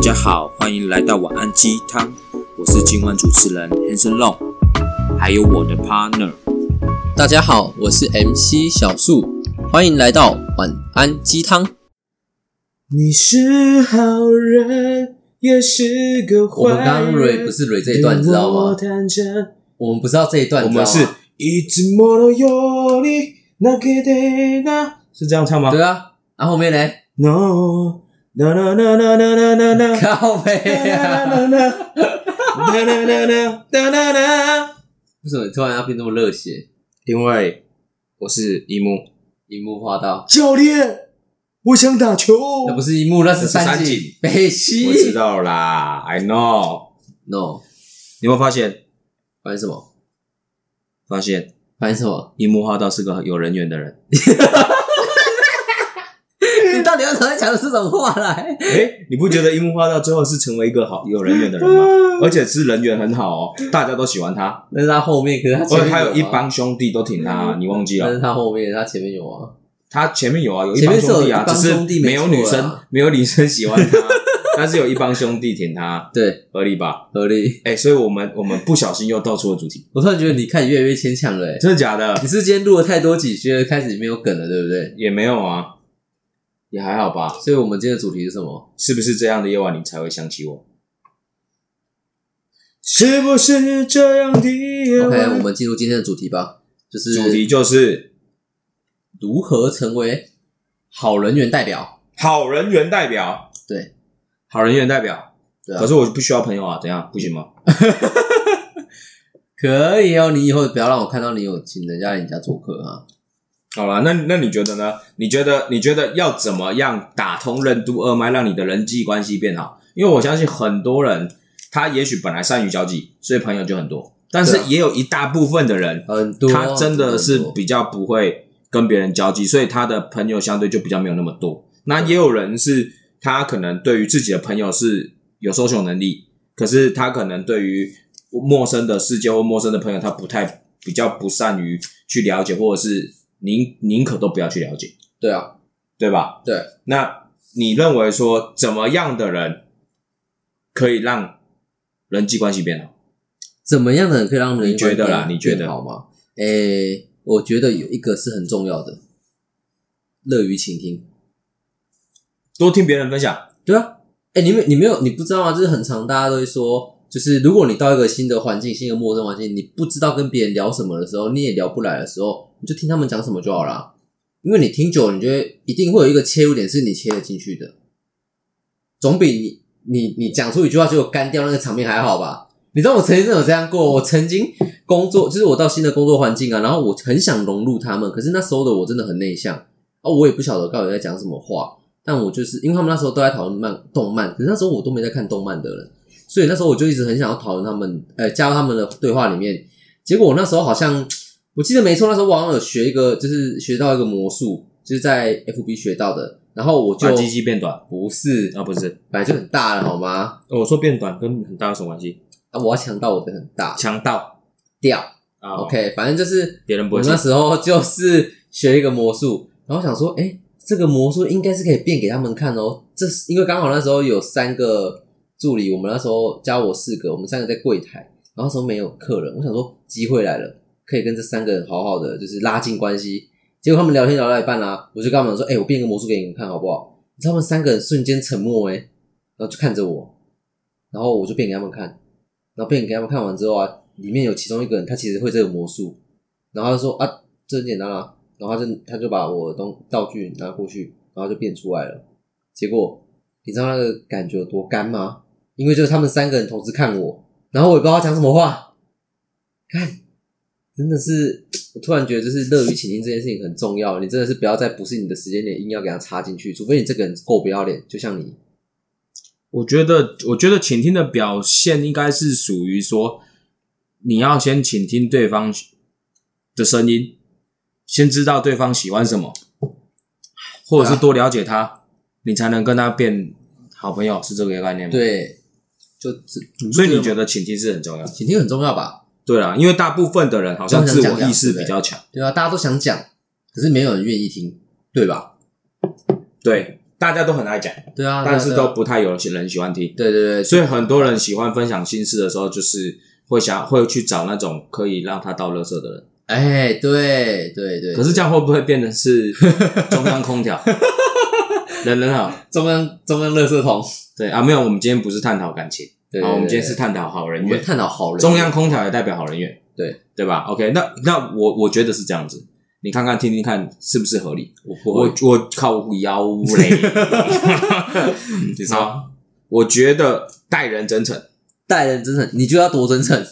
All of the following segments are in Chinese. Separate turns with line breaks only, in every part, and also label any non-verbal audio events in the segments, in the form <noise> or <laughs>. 家好，欢迎来到晚安鸡汤，我是今晚主持人 Hanson Long，还有我的 partner。
大家好，我是 MC 小树，欢迎来到晚安鸡汤。
你是好人，也是个
我
坏人。
们刚刚蕊不是蕊这一段，知道
对我
吗？
坦诚
我们不知道这一段，
我们
知
是
道吗
いつものより泣けてな，是这样唱吗
对啊，然、后后面嘞，
？No, na na na na na na na na
<laughs> 靠背 <laughs>
na
啊，
na na na na na na na，
为什么突然要变那么热血？
因为我是一木
樱木花道，
教练，我想打球。
那不是樱木，那是
那
三
是三
井
井
北西。
我知道啦，I know。
，no，
你有没有发现？
反什么？
发现
反什么？ <laughs>
樱木花道是个有人缘的人。
你到底要怎么讲出这种话来？
哎、你不觉得樱木花道最后是成为一个好有人缘的人吗？ <laughs> 而且是人缘很好哦，大家都喜欢 <laughs> 他，
那是他后面，可是他前
而
面
且他有一啊
吗，
帮兄弟都挺他、你忘记
那是
了？
他后面，他前面有啊。
他前面有啊，有一
前
帮
面是有
兄弟啊
一，帮
只是
兄弟
没有女
没错
生
啦，
没有女生喜欢他， <laughs> 但是有一帮兄弟挺他，
对，
合理吧？
合理。
哎、所以我们我们不小心又道出了主题，
我突然觉得你看你越来越牵强了、欸，
真的假的
你？是今天录了太多集，觉得开始没有梗了，对不对？
也没有啊，也还好吧？
所以我们今天的主题是什么？
是不是这样的夜晚你才会想起我？是不是这样的夜
OK，
晚
我们进入今天的主题吧，就是
主题就是
如何成为好人缘代表。
好人缘代表，
对，
好人缘代表。
对啊嗯
可，是我不需要朋友啊，怎样不行吗？
可以哦，你以后不要让我看到你有请人家人家做客啊。
好啦，那那你觉得呢？你觉得你觉得要怎么样打通任督二脉，让你的人际关系变好？因为我相信很多人，他也许本来善于交际，所以朋友就很多，但
对啊
是也有一大部分的人，
很多，
他真的是
很多
比较不会跟别人交际，所以他的朋友相对就比较没有那么多。那也有人是他可能对于自己的朋友是有 social 能力，可是他可能对于陌生的世界或陌生的朋友，他不太比较不善于去了解，或者是宁宁可都不要去了解，
对啊，
对吧？
对。
那你认为说怎么样的人可以让人际关系变好？
怎么样的人可以让人
你觉得啦
缘
你觉得
变好吗？诶、我觉得有一个是很重要的，乐于倾听。
多听别人分享，
对啊，哎、你没你没有你不知道吗？就是很常大家都会说，就是如果你到一个新的环境、新的陌生环境，你不知道跟别人聊什么的时候，你也聊不来的时候，你就听他们讲什么就好啦。因为你听久了，你就会一定会有一个切入点是你切得进去的，总比你你你讲出一句话就干掉那个场面还好吧？你知道我曾经真的有这样过，我曾经工作就是我到新的工作环境啊，然后我很想融入他们，可是那时候的我真的很内向，哦，我也不晓得到底在讲什么话，但我就是因为他们那时候都在讨论漫动漫，可是那时候我都没在看动漫的人，所以那时候我就一直很想要讨论他们，呃，加入他们的对话里面。结果我那时候好像我记得没错，那时候我好像有学一个，就是学到一个魔术，就是在 FB 学到的。然后我就
把鸡鸡变短
不是，
啊？不是，
本来就很大了好吗？
哦我说变短跟很大有什么关系？
啊，我要强到我的很大
强盗
掉。
啊
OK，反正就是
别人不
我
会
那
信。
时候就是学一个魔术，然后想说，哎、这个魔术应该是可以变给他们看哦。这是因为刚好那时候有三个助理，我们那时候加我四个，我们三个在柜台，然后那时候没有客人，我想说机会来了，可以跟这三个人好好的就是拉近关系。结果他们聊天聊到一半啦、我就跟他们说，哎、我变个魔术给你们看好不好？你知道他们三个人瞬间沉默、诶然后就看着我，然后我就变给他们看，然后变给他们看完之后啊，里面有其中一个人他其实会这个魔术，然后他就说啊，这很简单啊，然后他就他就把我的东道具拿过去，然后就变出来了。结果你知道那个感觉有多干吗？因为就是他们三个人同时看我，然后我也不知道他讲什么话，看，真的是我突然觉得就是乐于倾听这件事情很重要，你真的是不要在不是你的时间点硬要给他插进去，除非你这个人够不要脸，就像你
我觉得，我觉得倾听的表现应该是属于说，你要先倾听对方的声音，先知道对方喜欢什么，或者是多了解他，你才能跟他变好朋友，是这个概念吗？。
对，就只
嗯所以你觉得倾听是很重要的？
倾听很重要吧？
对啦，因为大部分的人好像自我意识比较强，
对啊，大家都想讲，可是没有人愿意听，对吧？
对，大家都很爱讲，
对啊，对啊
但是
对啊
都不太有人喜欢听。
对对对，
所以很多人喜欢分享心事的时候，就是会想会去找那种可以让他倒垃圾的人。
哎，对对对，
可是这样会不会变成是中央
<laughs>
空调？人人好，
中央中央垃圾桶，
对啊，没有，我们今天不是探讨感情，
对，
好，我们今天
对
是探讨好
对
人
我
缘
们。探讨好人
中央空调也代表好人缘，
对
对吧？OK，那那我我觉得是这样子，你看看听听看是不是合理？
我不
我
会，
我靠腰
<laughs>
嘞，你知道吗？我觉得待人真诚，
待人真诚，你就要多真诚，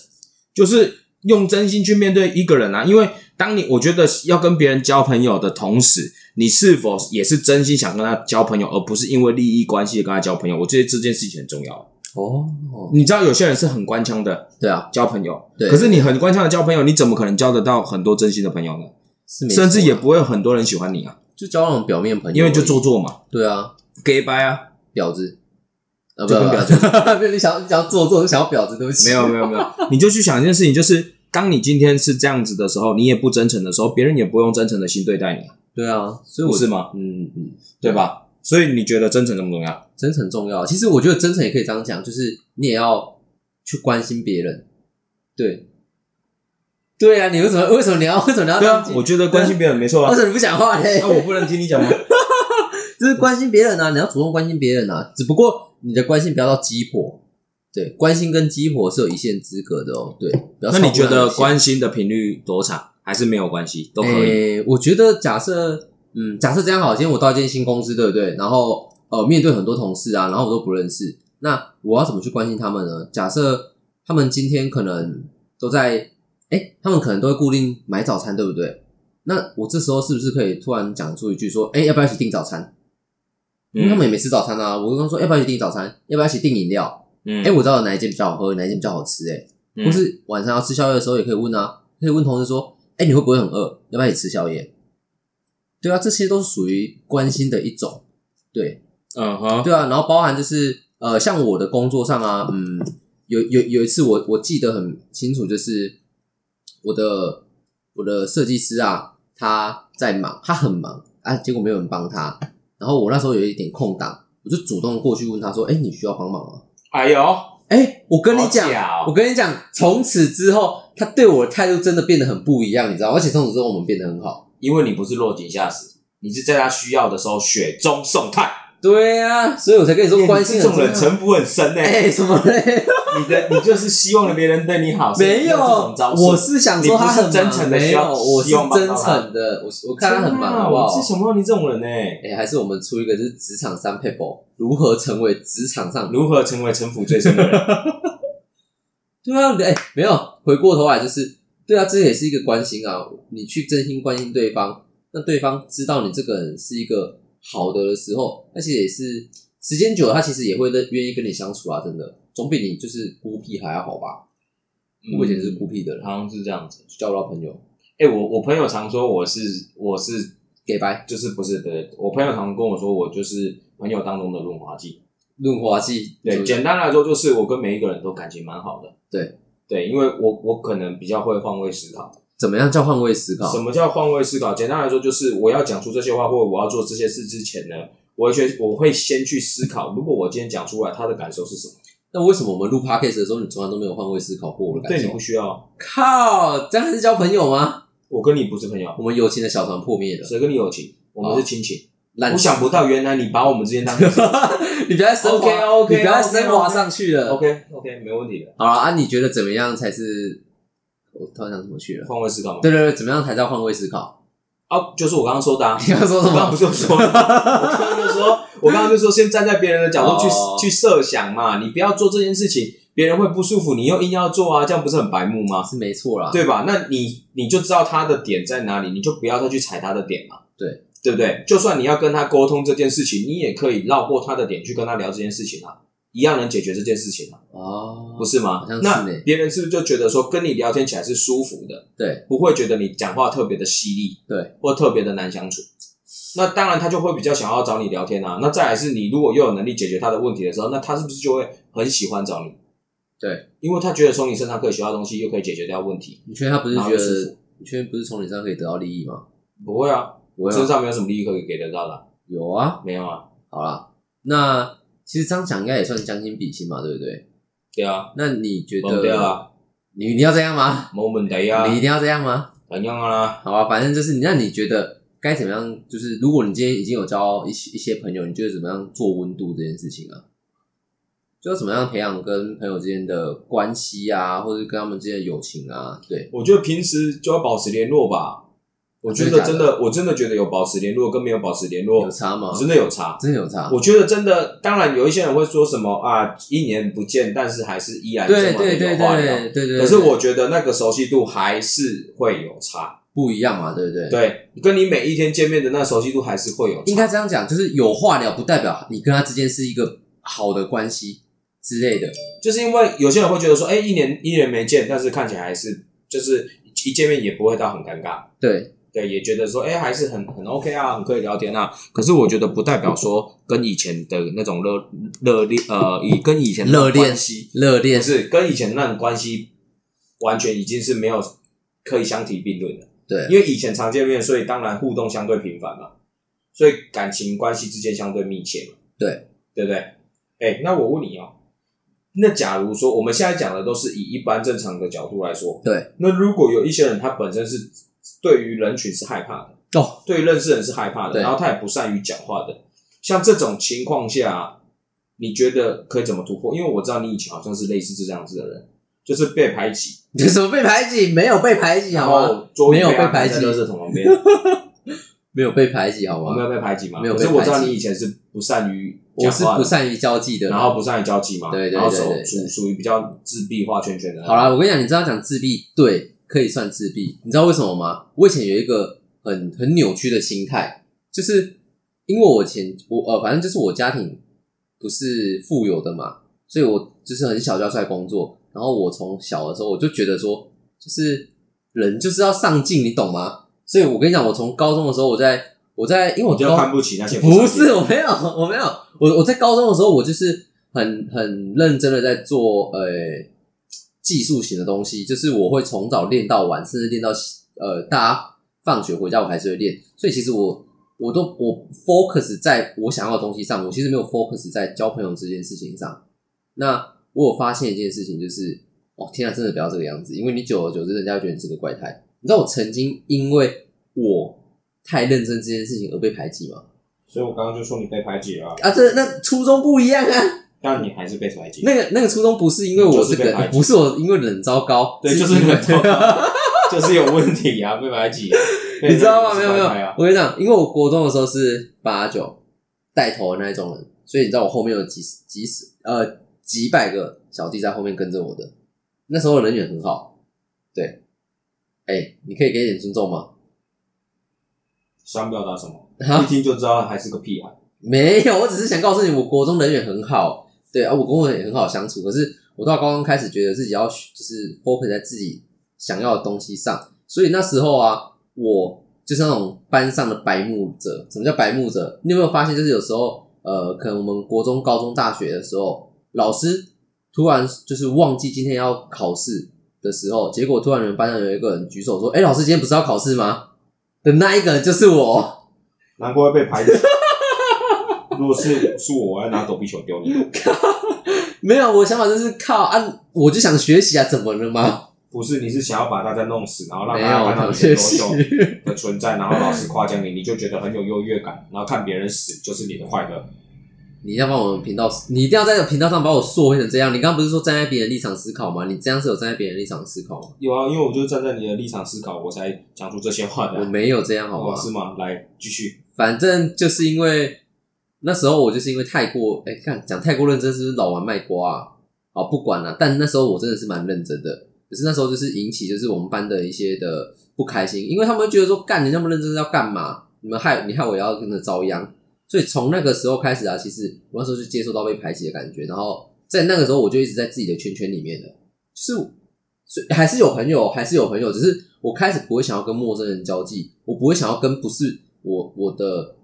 就是用真心去面对一个人啊，因为当你我觉得要跟别人交朋友的同时，你是否也是真心想跟他交朋友，而不是因为利益关系跟他交朋友？我觉得这件事情很重要。
哦，
你知道有些人是很官腔的
对啊，
交朋友，
对
可是你很官腔的交朋友，你怎么可能交得到很多真心的朋友呢？
是没错啊
甚至也不会有很多人喜欢你啊，
就交往表面朋友而已，
因为就做作嘛
对啊，
，gay bye 啊，
婊子，啊，
就跟
<laughs>
婊
子，没有你想要你想要做做想要婊子，对不起，
没有没有没有， <laughs> 你就去想一件事情，就是当你今天是这样子的时候，你也不真诚的时候，别人也不用真诚的心对待你啊，
对啊，所以
不
我
是吗？
嗯嗯，
对吧？所以你觉得真诚重不重要？
真诚重要。其实我觉得真诚也可以这样讲，就是你也要去关心别人。对，对啊，你为什么为什么你要为什么你要
对啊
当，机
我觉得关心别人没错
为
啊。
什么你不讲话嘞
那、？我不能听你讲吗？
<laughs> 就是关心别人啊，你要主动关心别人啊。只不过你的关心不要到鸡婆，对，关心跟鸡婆是有一线之隔的哦。对，不要
那你觉
超过
得
个线
关心的频率多长，还是没有关系都可以？
诶、我觉得假设，嗯，假设这样好，今天我到一间新公司，对不对？然后呃，面对很多同事啊，然后我都不认识，那我要怎么去关心他们呢？假设他们今天可能都在，哎、他们可能都会固定买早餐，对不对？那我这时候是不是可以突然讲出一句说，哎、要不要一起订早餐？
嗯
因为他们也没吃早餐啊。我就跟他说，要不要一起订早餐？要不要一起订饮料？
嗯，
哎、
嗯，
我知道哪一间比较好喝，哪一间比较好吃、诶
嗯
或是晚上要吃宵夜的时候，也可以问啊，可以问同事说，哎、你会不会很饿？要不要一起吃宵夜？对啊，这些都是属于关心的一种，对
嗯哼，
对啊，然后包含就是呃，像我的工作上啊，嗯，有有有一次我我记得很清楚，就是我的我的设计师啊，他在忙，他很忙啊，结果没有人帮他，然后我那时候有一点空档，我就主动过去问他说，哎、你需要帮忙吗？
哎呦，
哎、我跟你讲
好，假哦
我跟你讲，从此之后，他对我的态度真的变得很不一样，你知道吗？而且从此之后，我们变得很好。
因为你不是落井下石，你是在他需要的时候雪中送炭。
对啊，所以我才跟你说关
哎你
心
这种人
重要
城府很
<laughs>
深呢、
哎、什么嘞？
你的你就是希望别人对你好，哦所以
没
你
有
用这种招，数
我是想说他很忙
你不是真诚的
没
希
有，
望
我是
希望帮
真
到他
诚的，我我看他很
天
忙，
哪
好不好？
啊我是想不到你这种人呢、
哎、还是我们出一个就是职场三 people，如何成为职场上
如何成为城府最深的 <laughs> 人？
对啊，哎、没有，回过头来就是，对啊，这也是一个关心啊。你去真心关心对方，那对方知道你这个人是一个好的的时候，而且也是时间久了，他其实也会愿愿意跟你相处啊。真的，总比你就是孤僻还要好吧？
嗯
我以前是孤僻的人，
好像是这样子。
交不到朋友，
哎、我我朋友常说我是我是
给白
就是不是的，我朋友常跟我说我就是朋友当中的润滑剂。
润滑剂，
对，简单来说就是我跟每一个人都感情蛮好的。
对
对，因为我我可能比较会换位思考。
怎么样叫换位思考
什？么叫换位思考？简单来说，就是我要讲出这些话，或者我要做这些事之前呢，我会去，我会先去思考，如果我今天讲出来，他的感受是什么？
那为什么我们录 podcast 的时候，你从来都没有换位思考过我的感
对你
受
不？需要，
靠，这样还是交朋友吗？
我跟你不是朋友，
我们友情的小船破灭了，
谁跟你友情？我哦们是亲情。
烂
我
死
想不到，原来你把我们之间当 <laughs> 成
<laughs> 你不要再升华
OK，OK，OK，OK
你不要再升华上去了。
OK OK 没问题的，
好了啊，你觉得怎么样才是？我突然想怎么去了？
换位思考嘛。
对对对，怎么样才叫换位思考？ <laughs>
啊，就是我刚刚说的、啊，
你要说什
我刚刚不
么？
是有说了吗，我刚刚就说，我刚刚就说，先站在别人的角度去、
哦
去设想嘛，你不要做这件事情，别人会不舒服，你又硬要做啊，这样不是很白目吗？
是没错啦，
对吧？那你你就知道他的点在哪里，你就不要再去踩他的点嘛。
对
对不对？就算你要跟他沟通这件事情，你也可以绕过他的点去跟他聊这件事情啊，一样能解决这件事情啊，
哦，
不是吗？
好像是欸
那
呢
别人是不是就觉得说跟你聊天起来是舒服的，
对
不会觉得你讲话特别的犀利，
对，
或特别的难相处？那当然，他就会比较想要找你聊天啊。那再来是你如果又有能力解决他的问题的时候，那他是不是就会很喜欢找你？
对，
因为他觉得从你身上可以学到东西，又可以解决掉问题。
你确定他不是觉
哪有舒
得？你确定不是从你身上可以得到利益吗？
不会啊，
我
身上没有什么利益可以给得到的啊、
有啊，
没有啊，
好啦，那其实这样讲应该也算将心比心嘛，对不对？
对啊，
那你觉
忘掉
得
啊，
你你要这样吗？
没问题啊，
你一定要这样吗？
怎样啊啦？
好吧，反正就是你，那你觉得该怎么样？就是如果你今天已经有交一些一些朋友，你觉得怎么样做温度这件事情啊？就怎么样培养跟朋友之间的关系啊，或者跟他们之间的友情啊？对，
我觉得平时就要保持联络吧。我觉
真
得
的假
真
的
的，我真的觉得有保持联络跟没有保持联络
有，差啊吗？
真的有差。
真的有差。
我觉得真的，当然有一些人会说什么啊，一年不见，但是还是依然
对
这么
对对
的
对
有话聊。
对对对，
可是我觉得那个熟悉度还是会有差，
不一样嘛，对不对？，
对，跟你每一天见面的那熟悉度还是会有差。
应该这样讲，就是有话聊，不代表你跟他之间是一个好的关系之类的。
就是因为有些人会觉得说，哎、一年一年没见，但是看起来还是就是一见面也不会到很尴尬，
对，
对，也觉得说，哎、还是很很 OK 啊，很可以聊天啊。可是我觉得不代表说跟以前的那种热热恋呃，以跟以前的
热恋
关系，
热
也
恋
是跟以前那种关系完全已经是没有可以相提并论的。
对，
因为以前常见面，所以当然互动相对频繁嘛，所以感情关系之间相对密切嘛。
对，
对不对？哎，那我问你哦，那假如说我们现在讲的都是以一般正常的角度来说，
对，
那如果有一些人他本身是对于人群是害怕的，
哦，
对于认识人是害怕的，
对
然后他也不善于讲话的，像这种情况下，你觉得可以怎么突破？因为我知道你以前好像是类似这样子的人，就是被排挤，
<laughs> 你什么被排挤？没有被排挤
然
好吗？
后桌
啊没
椅
有被
安排
排
在
挤
垃圾桶旁边。
<laughs> 没有被排挤好
我没
吗？
有被排挤嘛，
没有
可
被
是我知道
排挤
你以前是不善于
我是
讲话的
不善于交际的，
然后不善于交际嘛，
对对对
然后属
对对
属属于比较自闭画圈圈的。
好，啦，我跟你讲，你知道讲自闭，对，可以算自闭。你知道为什么吗？我以前有一个很很扭曲的心态，就是因为我以前我呃，反正就是我家庭不是富有的嘛，所以我就是很小就要出来工作。然后我从小的时候我就觉得说，就是人就是要上进，你懂吗？所以我跟你讲，我从高中的时候我，在我在因为我
我就
高
看不起那些
不
上进
是，我没有，我没有，我我在高中的时候，我就是很很认真的在做呃技术型的东西，就是我会从早练到晚，甚至练到呃大家放学回家，我还是会练。所以其实我我都我 focus 在我想要的东西上，我其实没有 focus 在交朋友这件事情上。那我有发现一件事情，就是哦天啊，真的不要这个样子，因为你久而久之，人家会觉得你是个怪胎。你知道我曾经因为我太认真这件事情而被排挤吗？
所以我刚刚就说你被排挤了啊，
啊，这那初衷不一样
<laughs>
啊。
但你还是被排挤。
那个那个初衷不是因为我
就是
这
被
个
排，挤
不是我因为人糟糕，
对，就是
因
你
为
的
<laughs>
头发 <laughs> 就是有问题啊，被排挤啊，
你知道吗？没
被
有
排
没
挤
有
啊排啊，
我跟你讲，因为我国中的时候是八九带头的那一种人，所以你知道我后面有几十几十呃几百个小弟在后面跟着我的。那时候人缘很好，对，哎、你可以给点尊重吗？ <laughs>
想表达什么？一
啊，
听就知道还是个屁孩。
没有，我只是想告诉你，我国中人缘很好，对啊，我跟我也很好相处。可是我到高中开始觉得自己要学就是 focus 在自己想要的东西上，所以那时候啊，我就是那种班上的白目者。什么叫白目者？你有没有发现，就是有时候呃，可能我们国中、高中、大学的时候，老师突然就是忘记今天要考试的时候，结果突然有人班上有一个人举手说：“哎、老师今天不是要考试吗？”的那一个人就是我。
难怪会被排挤。如果是是我，我要拿躲避球丢你，
没有，我想法就是靠啊，我就想学习啊，怎么了吗？
不是你是想要把大家弄死，然后让
没
大家
有，我
看到
想学
你是优
习
秀。。的存在，然后老师夸奖你，你就觉得很有优越感，然后看别人死就是你的快乐。
你要帮我们频道，你一定要在频道上把我塑会成这样。你刚刚不是说站在别人立场思考吗？你这样是有站在别人立场思考吗？
有啊，因为我就站在你的立场思考，我才讲出这些话的
我
啊。
没有这样，好
哦，
吧？
是吗？来继续。
反正就是因为那时候我就是因为太过，哎、看讲太过认真是不是老王卖瓜啊？好，不管了、但那时候我真的是蛮认真的，可是那时候就是引起就是我们班的一些的不开心，因为他们会觉得说，干你那么认真要干嘛？你们害你害我也要跟着遭殃。所以从那个时候开始啊，其实我那时候就接受到被排挤的感觉，然后在那个时候我就一直在自己的圈圈里面了，就是所以还是有朋友，还是有朋友，只是我开始不会想要跟陌生人交际，我不会想要跟不是我我的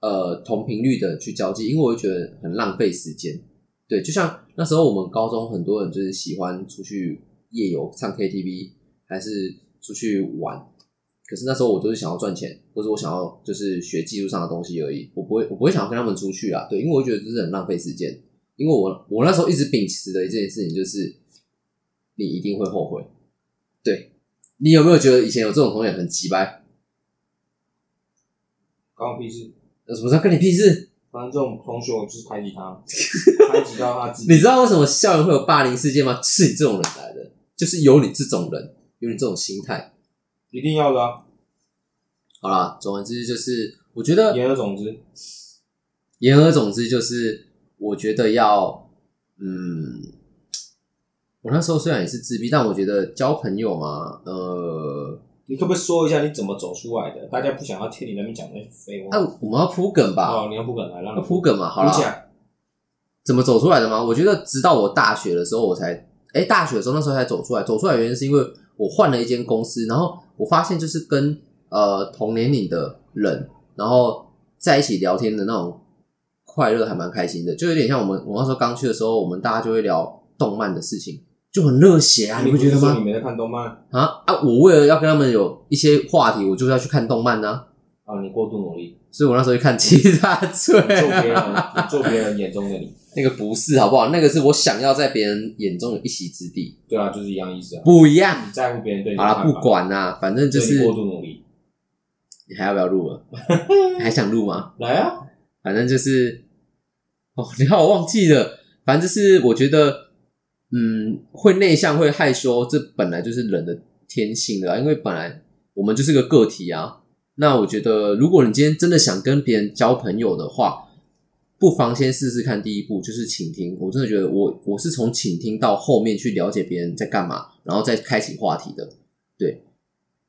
呃同频率的去交际，因为我会觉得很浪费时间。对，就像那时候我们高中很多人就是喜欢出去夜游、唱 KTV，还是出去玩。可是那时候我就是想要赚钱，或者我想要就是学技术上的东西而已，我不会我不会想要跟他们出去啊，对，因为我觉得这是很浪费时间。因为我我那时候一直秉持的一件事情就是，你一定会后悔。对你有没有觉得以前有这种同学很鸡掰？
关我屁事。
有什么事跟你屁事？
反正这种同学，我就是排挤
<laughs>
他，排挤到他自己。
你知道为什么校园会有霸凌事件吗？是你这种人来的，就是有你这种人，有你这种心态。
一定要的啊！
好啦，总而言之就是，我觉得
言而总之，
言而总之就是，我觉得要，嗯，我那时候虽然也是自闭，但我觉得交朋友嘛，呃，
你可不可以说一下你怎么走出来的？大家不想要听你那边讲那些废话
那、。我们要铺梗吧，
哦，你要不敢来，让
要
你
铺梗嘛，好
你
啦，
讲，
怎么走出来的吗？我觉得直到我大学的时候，我才，哎，大学的时候那时候才走出来，走出来的原因是因为我换了一间公司，然后我发现就是跟呃同年龄的人，然后在一起聊天的那种快乐还蛮开心的，就有点像我们我那时候刚去的时候，我们大家就会聊动漫的事情，就很热血啊，你
你
不觉得
是说
吗
你？没在看动漫
啊啊！我为了要跟他们有一些话题，我就要去看动漫啊，
啊？你过度努力，
所以我那时候就看《七大罪》
你做别人， <laughs> 你做别人眼中的你。
<laughs> 那个不是好不好？那个是我想要在别人眼中有一席之地，
对啊，就是一样意思啊。
不一样
你。在乎别人对你
好
的
啦，
看
不
法，
管啦、反正就
所以你
是
过度努力。
你还要不要录了？你还想录吗？
来啊，
反正就是哦，你看我忘记了。反正就是我觉得，嗯，会内向会害羞，这本来就是人的天性的、啊，因为本来我们就是个个体啊。那我觉得，如果你今天真的想跟别人交朋友的话，不妨先试试看。第一步就是倾听，我真的觉得我我是从倾听到后面去了解别人在干嘛，然后再开启话题的。对，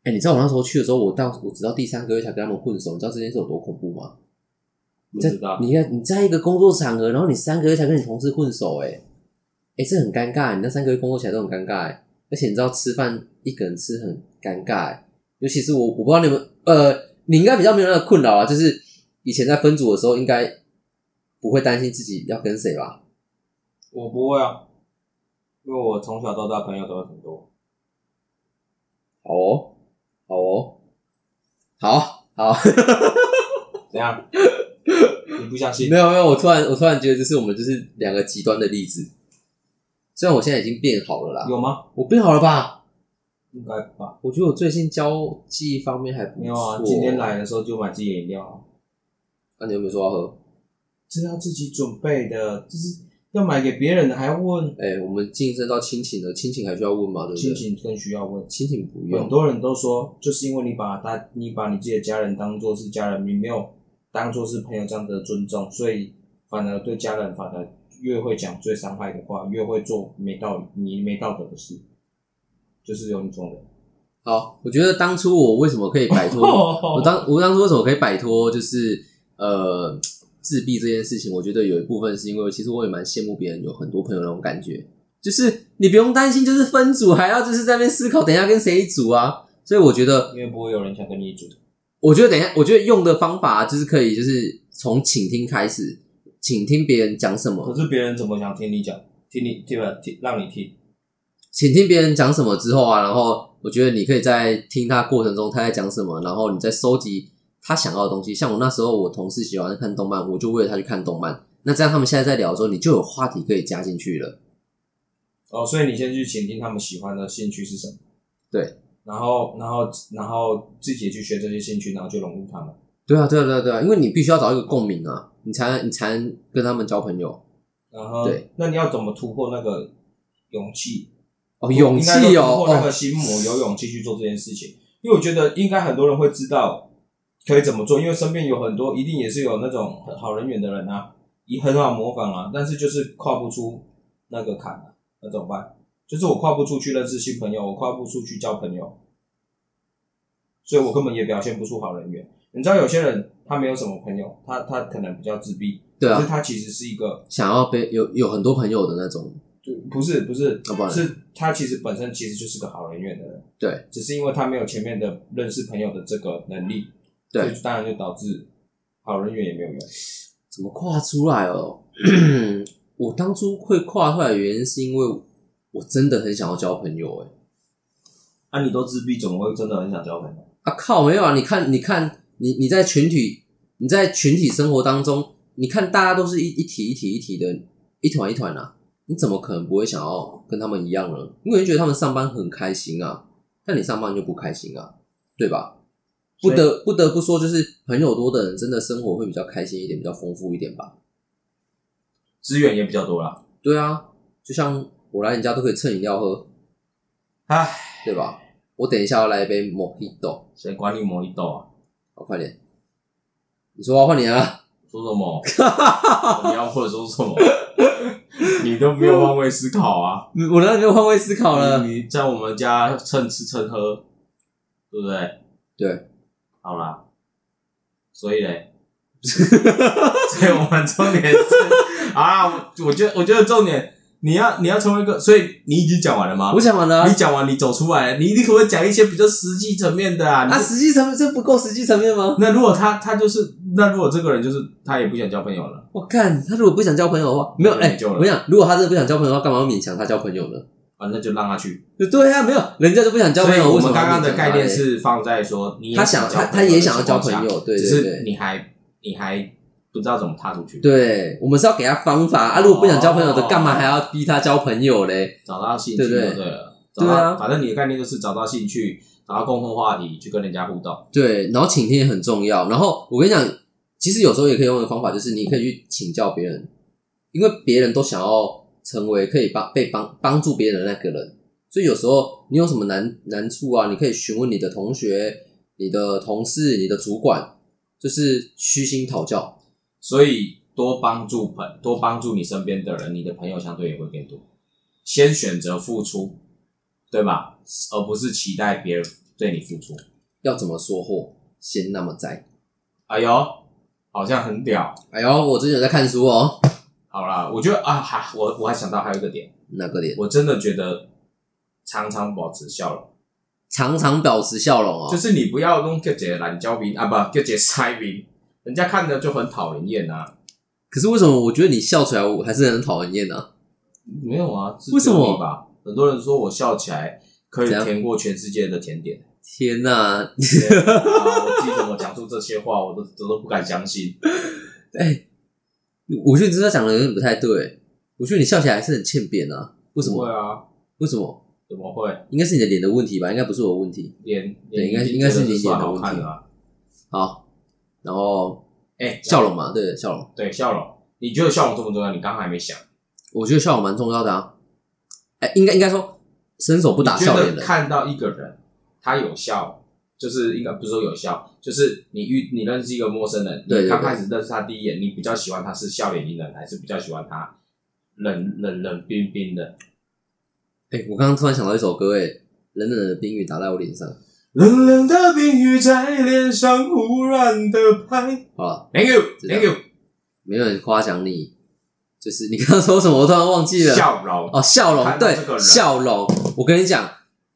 哎，你知道我那时候去的时候，我到我直到第三个月才跟他们混熟，你知道这件事有多恐怖吗？
不
在
知道。
你看你在一个工作场合，然后你三个月才跟你同事混熟、欸，哎，哎，这很尴尬。你那三个月工作起来都很尴尬、欸，而且你知道吃饭一个人吃很尴尬、欸，尤其是我，我不知道你们，呃，你应该比较没有那个困扰啊，就是以前在分组的时候，应该不会担心自己要跟谁吧？
我不会啊，因为我从小到大朋友都很多。
好哦，好哦，好好，<laughs>
怎样？你不相信
没？有没有，我突然我突然觉得，就是我们就是两个极端的例子。虽然我现在已经变好了啦，
有吗？
我变好了吧？
应该吧。
我觉得我最近交际方面还不错。
没有啊，今天，来的时候就买自己的饮料啊，
那、你有没有说要喝？
这要自己准备的，就是要买给别人的，还要问
哎、我们晋升到亲情了，亲情还需要问吗？对不对？
亲，情更需要问。
亲情不
很
用。
多人都说，就是因为你把大你把你自己的家人当做是家人，你没有当做是朋友这样的尊重，所以反而对家人反而越会讲最伤害的话，越会做没道理、你没道德的事，就是有你这种人。
好，我觉得当初我为什么可以摆脱， <laughs> 我
我
当我当初为什么可以摆脱，就是呃自闭这件事情，我觉得有一部分是因为其实我也蛮羡慕别人有很多朋友那种感觉，就是你不用担心，就是分组还要就是在那边思考，等一下跟谁组啊。所以我觉得
因为不会有人想跟你一组。
我觉得等一下，我觉得用的方法就是可以，就是从倾听开始，倾听别人讲什
可
么，
是别人怎么想听你讲，听你听吧，听让你听，
倾听别人讲什么之后啊，然后我觉得你可以在听他过程中他在讲什么，然后你再收集他想要的东西。像我那时候，我同事喜欢看动漫，我就为了他去看动漫。那这样他们现在在聊的时候，你就有话题可以加进去了。
哦，所以你先去倾听他们喜欢的兴趣是什么，
对，
然后然后然后自己去学这些兴趣，然后就融入他们。
对啊，对啊，对啊，对啊，因为你必须要找一个共鸣啊，你才你才能跟他们交朋友。
然后
对，
那你要怎么突破那个勇气？
哦，勇
应该说
气
突
哦，
破那
哦，
个心魔，有勇气去做这件事情。因为我觉得应该很多人会知道可以怎么做，因为身边有很多一定也是有那种很好人缘的人啊，也很好模仿啊，但是就是跨不出那个坎啊，那怎么办？就是我跨不出去认识新朋友，我跨不出去交朋友，所以我根本也表现不出好人缘。你知道有些人他没有什么朋友，他他可能比较自闭，
对
可是
啊，
他其实是一个
想要被有有很多朋友的那种，
就不是不是
啊要不然
是他其实本身其实就是个好人缘的人，
对，
只是因为他没有前面的认识朋友的这个能力，
对
所以当然就导致好人缘也没有用。
怎么跨出来哦？ <clears throat> 我当初会跨出来的原因是因为我真的很想要交朋友，哎，
啊，你都自闭，怎么会真的很想交朋友？
啊靠，没有啊！你看，你看，你你在群体，你在群体生活当中，你看大家都是一一体一体一体的，一团一团啊，你怎么可能不会想要跟他们一样呢？因为你觉得他们上班很开心啊，但你上班就不开心啊，对吧？不
所以
得不得不说，就是朋友多的人，真的生活会比较开心一点，比较丰富一点吧。
资源也比较多啦。
对啊，就像我来你家都可以蹭饮料喝，
唉，
对吧？我等一下要来一杯 Mojito，
谁管你魔一豆啊？
好快点！你说话换你啊！
说
<laughs>
什么？你要或者说什么？ <laughs> 你都没有换位思考啊！
嗯我哪里没有换位思考了？
你你在我们家蹭吃蹭喝，对不对？
对，
好啦，所以嘞， <laughs> 所以我们重点
<laughs>
是啊，我我觉得我觉得重点你要你要成为一个，所以你已经讲完了吗
我？讲完了啊
你。讲完你走出来，你你可不可以讲一些比较实际层面的啊？你
啊，实际层面这不够实际层面吗？
那如果他他就是那如果这个人就是他也不想交朋友了，
我看他如果不想交朋友的话，没有
没
哎、
救了
我想如果他真的不想交朋友的话，干嘛要勉强他交朋友呢？
啊，那就让他去。
对啊，没有人家就不想交
所
朋
以
友，
我
为什
们
么
刚刚的
要勉强他
概念
嘞
是放在说你也
他想他
交
他
朋友
也
的
想要
情
交
况下
朋友，对
只
对对
是你还你还不知道怎么踏出去，
对，我们是要给他方法啊。如果不想交朋友的，
哦
干嘛还要逼他交朋友嘞？
找到兴趣就
对不对
对了。
对
找
啊
到反正你的概念就是找到兴趣，找到共同话题去跟人家互动。
对，然后倾听也很重要。然后我跟你讲，其实有时候也可以用的方法就是，你可以去请教别人，因为别人都想要成为可以帮被帮帮助别人的那个人，所以有时候你有什么难难处啊，你可以询问你的同学、你的同事、你的主管，就是虚心讨教。
所以多帮助朋，多帮助你身边的人，你的朋友相对也会变多。先选择付出，对吧？而不是期待别人对你付出。
要怎么说货，先那么在。
哎呦，好像很屌。
哎呦，我之前有在看书哦，
好啦，我觉得啊，还我我还想到还有一个点，
那个脸
我真的觉得常常保持笑容，
常常保持笑容
<laughs>
哦，
就是你不要弄叫姐懒焦兵啊，不叫姐塞兵，人家看着就很讨人厌啊。
可是为什么我觉得你笑出来，我还是很讨人厌呢、啊？
没有啊，是
为什么
只有你吧？很多人说我笑起来可以
怎样
填过全世界的
<laughs>
甜点。
天哪、
对啊我自己怎么讲出这些话，我都我都不敢相信。
哎、我觉得你这讲的有点不太对。我觉得你笑起来还是很欠扁啊，为什
不会
么？
啊，
为什么？
怎么会？
应该是你的脸的问题吧，应该不是我的问题。
脸
对
脸
应该
已经
应该是
觉得
你脸
算
的
好
问
看
题
的啊。
好，然后
哎，
笑容嘛，对笑容，
对笑容，你觉得笑容重不重要？你刚刚还没想。
我觉得笑容蛮重要的啊。哎、应该应该说伸手不打
你觉
笑脸
得
人，
看到一个人，他有笑，就是应该不是说有笑，就是你遇你认识一个陌生人，
对对
你刚
对
开始认识他第一眼，你比较喜欢他是笑脸迎人，还是比较喜欢他冷冷冷冰冰的？
哎、我刚刚突然想到一首歌、哎，冷冷的冰雨打在我脸上。
冷冷的冰雨在脸上忽然的拍。
好了，
Thank you, thank you。
没有人夸奖你，就是你刚刚说什么，我突然忘记了。
笑容，
哦，笑容
看到这个
对
人
笑容，我跟你讲，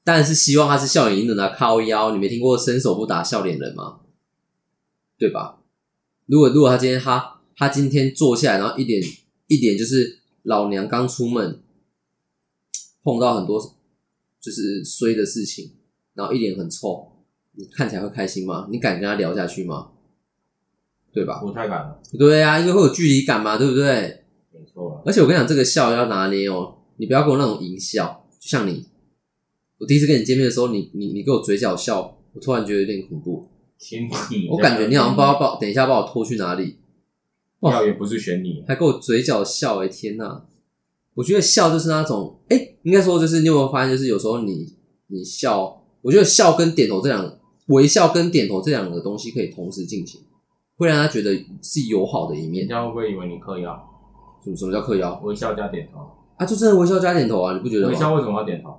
当然是希望他是笑脸迎人的啊靠腰。你没听过伸手不打笑脸人吗？对吧？如果如果他今天他他今天坐下来，然后一点一点就是老娘刚出门，碰到很多就是衰的事情，然后一脸很臭，你看起来会开心吗？你敢跟他聊下去吗？对吧？
不太敢了，
对啊，因为会有距离感嘛，对不对？
没错啊了。
而且我跟你讲，这个笑要拿捏哦，你不要给我那种淫笑，就像你，我第一次跟你见面的时候，你你你给我嘴角笑，我突然觉得有点恐怖，
听你，
我感觉你好像不知道把我等一下把我拖去哪里，
要也不是选你，
还给我嘴角笑、哎天呐！我觉得笑就是那种，哎、应该说就是你有没有发现，就是有时候你你笑，我觉得笑跟点头这两微笑跟点头这两个东西可以同时进行，会让他觉得是友好的一
人
面。
家会不会以为你嗑药？
什么什么叫嗑腰
微笑加点头，
啊？就真的微笑加点头啊，你不觉得吗？
微笑为什么要点头？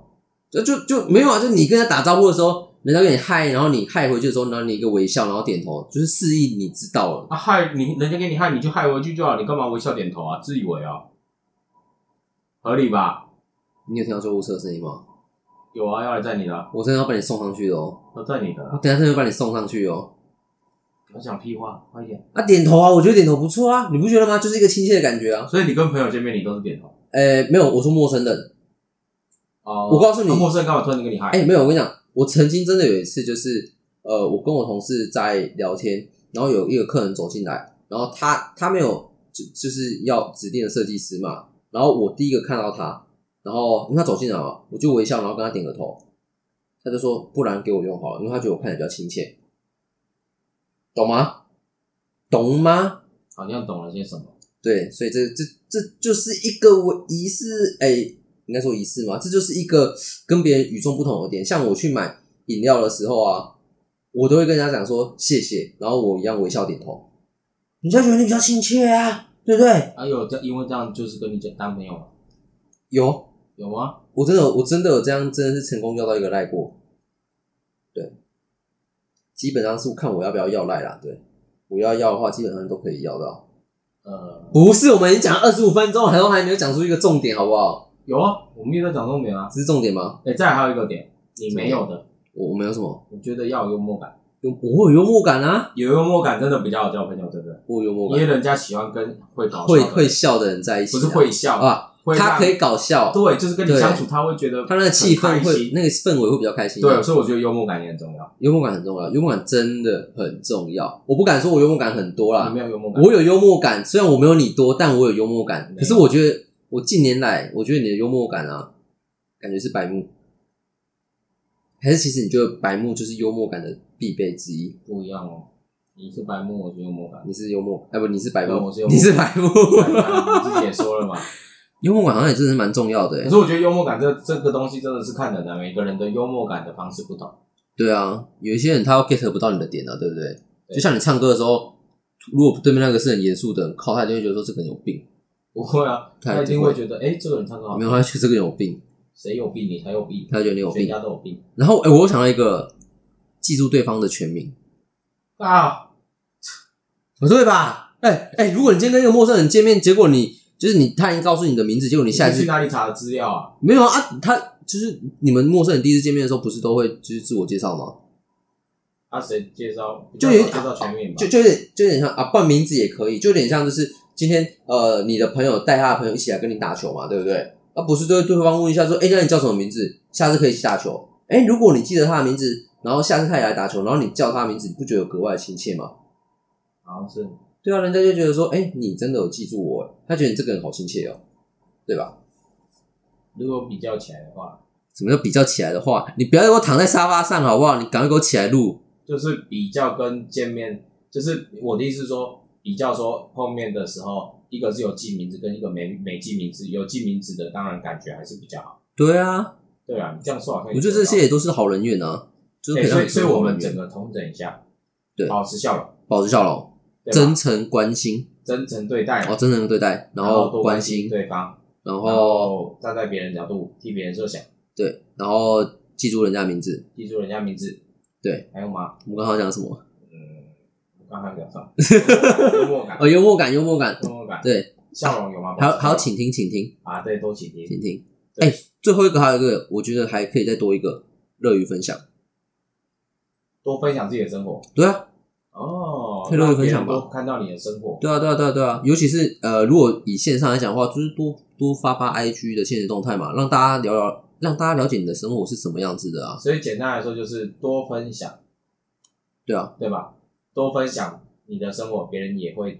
就就就没有啊，就你跟他打招呼的时候，人家跟你嗨，然后你嗨回去的时候，然后你一个微笑，然后点头，就是示意你知道了。
啊害你，人家给你害你就害回去就好，你干嘛微笑点头啊？自以为啊，合理吧？
你有听到救护车的声音吗？
有啊，要来载你了，
我真的要把你送上去的哦，
要载你的
我
啦，
等一下真的把你送上去哦。
不要讲屁话，快一点。
啊，点头啊，我觉得点头不错啊，你不觉得吗？就是一个亲切的感觉啊。
所以你跟朋友见面，你都是点头
呃，没有，我说陌生人。
哦
我告诉你
啊陌生人干嘛突然间跟你嗨？
哎哎、没有，我跟你讲，我曾经真的有一次，就是呃，我跟我同事在聊天，然后有一个客人走进来，然后他他没有就就是要指定的设计师嘛，然后我第一个看到他，然后因为他走进来嘛，我就微笑，然后跟他点个头，他就说不然给我用好了，因为他觉得我看起来比较亲切，懂吗？懂吗？
好像哦懂了些什么。
对，所以这这这就是一个我仪式，哎、应该说仪式嘛，这就是一个跟别人与众不同的点。像我去买饮料的时候啊，我都会跟人家讲说谢谢，然后我一样微笑点头，人家觉得你比较亲切啊，对不对？
啊，有这因为这样就是跟你讲当朋友嘛，
有，
有吗？
我真的我真的有这样，真的是成功要到一个赖过，对，基本上是看我要不要要赖啦，对，我要要的话，基本上都可以要到。
呃，
不是，我们已经讲二十五分钟了，然后还没有讲出一个重点，好不好？
有啊，我们也在讲重点啊。
这是重点吗？
哎、再来还有一个点，你没有的，
我我没有什么，
我觉得要有幽默感，
有我有幽默感啊，
有幽默感真的比较好交朋友，对不对？
我有幽默
因为
感，
人家喜欢跟会搞笑的
会
人
会笑的人在一起、
不是会笑，
啊，
会让
他可以搞笑，
对，就是跟你
对
相处，他会觉得
他那个气氛
很开
会
心
那个氛围会比较开心。
对，所以我觉得幽默感也很重要。
幽默感很重要，幽默感真的很重要。我不敢说我幽默感很多啦
啊你，没有幽默感，
我有幽默感，虽然我没有你多，但我有幽默感。
有
可是我觉得我近年来，我觉得你的幽默感啊，感觉是白目，还是其实你觉得白目就是幽默感的必备之一？
不一样哦。你是白目，我是幽默感。
你是幽默，哎不，你是白
对啊
目
我是幽，默
你是白目。
你自己也
<laughs>
说了嘛，
幽默感好像也真的是蛮重要的、
可
欸。
是我觉得幽默感这这个东西真的是看人的，啊每个人的幽默感的方式不同。
对啊，有一些人他 get 不到你的点啊，对不对？
对
就像你唱歌的时候，如果对面那个是很严肃的人靠，他就会觉得说这个人有病，
不会啊，
他
他一定会觉得，哎，这个人唱歌好
没，有，他就觉得这个人有病，
谁有病你才有病，
他就觉得哦 <laughs> 你有
全
病。
家都有病
然后，哎、我又想到一个，记住对方的全名，
啊！
不对吧？哎、哎、如果你今天跟一个陌生人见面，结果你就是你，他已经告诉你的名字，结果你
你
下一
是去
次
哪里查的资料啊？
没有啊？他就是你们陌生人第一次见面的时候，不是都会就是自我介绍吗？
啊，谁介绍？
就
比
有
较少介绍全面吧
就。就有点就有点像啊，换名字也可以，就有点像就是今天呃，你的朋友带他的朋友一起来跟你打球嘛，对不对？啊，不是对对方问一下说，哎、那你叫什么名字？下次可以一起打球。哎、如果你记得他的名字，然后下次他也来打球，然后你叫他的名字，你不觉得有格外亲切吗？
好像是
对啊，人家就觉得说，哎、你真的有记住我，哎他觉得你这个人好亲切哦，对吧？
如果比较起来的话，
什么叫比较起来的话，你不要给我躺在沙发上好不好？你赶快给我起来录。
就是比较跟见面，就是我的意思是说，比较说碰面的时候，一个是有记名字，跟一个没没记名字，有记名字的当然感觉还是比较好。
对啊，
对啊，你这样说好像也
我觉得这些也都是好人缘啊，就是
对，
可以让
哎所以
你
所以
成为
我
好
们
人
整
缘
个统整一下，
对
保持笑容，
保持笑容，
对吧
真诚关心，
真诚对待，
哦，真诚对待，然
然后
后
多
关
关
心，
对方，
然
然
后
后站在别人角度替别人设想，
对，然后记住人家的名字。
记住人家名字。
对，
还有吗？
我们刚刚讲什么？
嗯，我刚刚
<laughs>
讲上幽默感，
哦，幽默感，幽默感，
幽默感，
对，
笑容有吗？
还有
保持
还有，
笑容
请听，请听，
啊，对，多请听。
请听。
对
哎，最后一个还有一个，我觉得还可以再多一个，乐于分享。
多分享自己的生活
对啊，
哦，
可以多
让
分享吧
别人多看到你的生活，
对啊，对啊，对啊，对啊，尤其是呃，如果以线上来讲的话，就是多多发发 IG 的现实动态嘛，让大家聊聊，让大家了解你的生活是什么样子的啊。
所以简单来说就是多分享，
对啊，
对吧？多分享你的生活，别人也会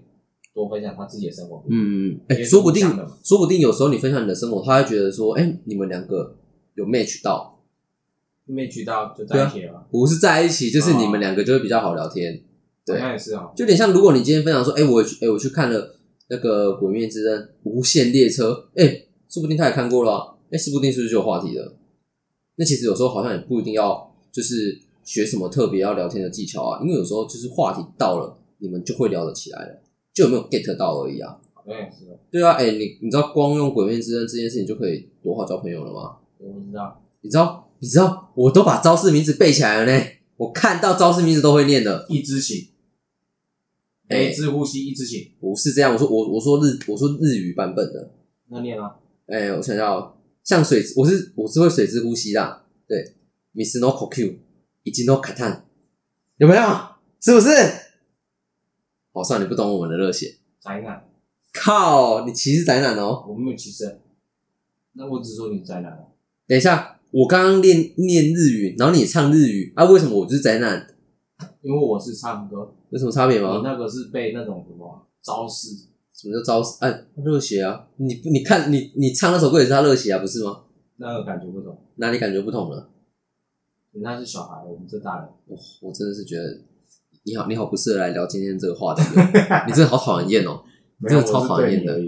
多分享他自己的生活。，
嗯，哎，
也是
说不
互
定
相的嘛，
说不定有时候你分享你的生活，他会觉得说，哎，你们两个有 match 到，
没渠道就
啊
在一起了嘛，
不是在一起，就是你们两个就会比较好聊天，对啊
好像也是哦。
就有点像如果你今天分享说，哎、我哎、我去看了那个《鬼灭之刃》《无限列车》哎，说不定他也看过了、啊，哎、说不定是不是就有话题了？那其实有时候好像也不一定要就是学什么特别要聊天的技巧啊，因为有时候就是话题到了，你们就会聊得起来了，就有没有 get 到而已啊。
好像也是哦，
对啊，哎、你你知道光用《鬼灭之刃》这件事情就可以多好交朋友了吗？
我不知道。
你知道你知道我都把招式名字背起来了呢，我看到招式名字都会念的。
一支请，
哎
每一次呼吸一支请，
不是这样，我说我我说日我说日语版本的，
那念啊，
哎、我想要像水，我是我是会水之呼吸啦，对，miss no koku，已经 no katan，有没有？是不是？好、算你不懂我们的热血，
宅男，
靠，你歧视宅男哦！
我没有歧视，那我只说你是宅男啊。
等一下，我刚刚练念日语，然后你也唱日语啊？为什么我就是宅男？
因为我是唱歌，
有什么差别
我
吗？
哦那个是被那种什么招式，
什么叫招式？哎，热血啊！你你看你你唱那首歌也是他热血啊，不是吗？
那个感觉不同。
哪里感觉不同了？
人家是小孩，我们是大人。
我我真的是觉得你好，你好不适合来聊今天这个话题哦，你真的好讨人厌
<laughs>
哦，你真的超讨人厌的。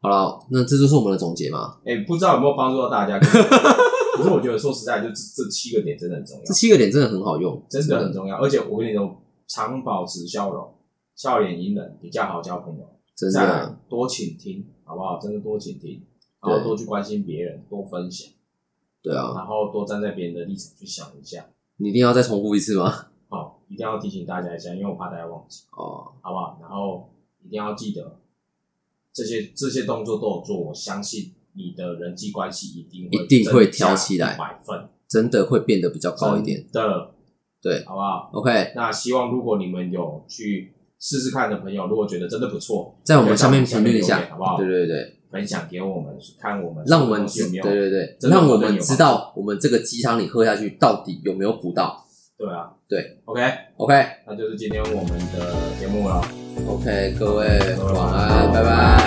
好了，那这就是我们的总结嘛。
哎、不知道有没有帮助到大家？可是 <laughs> 可是我觉得说实在，就这这七个点真的很重要
这，七个点真的很好用，
真的很重要。而且我跟你说，常保持笑容，笑脸迎人，比较好交朋友。
真
再
的
来多倾听，好不好？真的多倾听，然后
对
多去关心别人，多分享，
对啊，
然后多站在别人的立场去想一下。
你一定要再重复一次吗？
哦，一定要提醒大家一下，因为我怕大家忘记，
哦，
好不好？然后一定要记得这些这些动作都有做，我相信你的人际关系一定
一定会
增加
挑起来
百分
真的会变得比较高一点。
的，
对
好不好？
，OK，
那希望如果你们有去试试看的朋友，如果觉得真的不错，
在我们下面
可以在
评论一
留
下
言，好不好？
对对对，
分享给我们看，我们
让我们
东西
知，
有没
对
有
对对，
真的
让我
有
们
帮助
知道我们这个鸡汤你喝下去到底有没有补到。
对啊，
对
，OK，
OK，OK，、
那就是今天我们的节目了。
各位晚安，拜拜。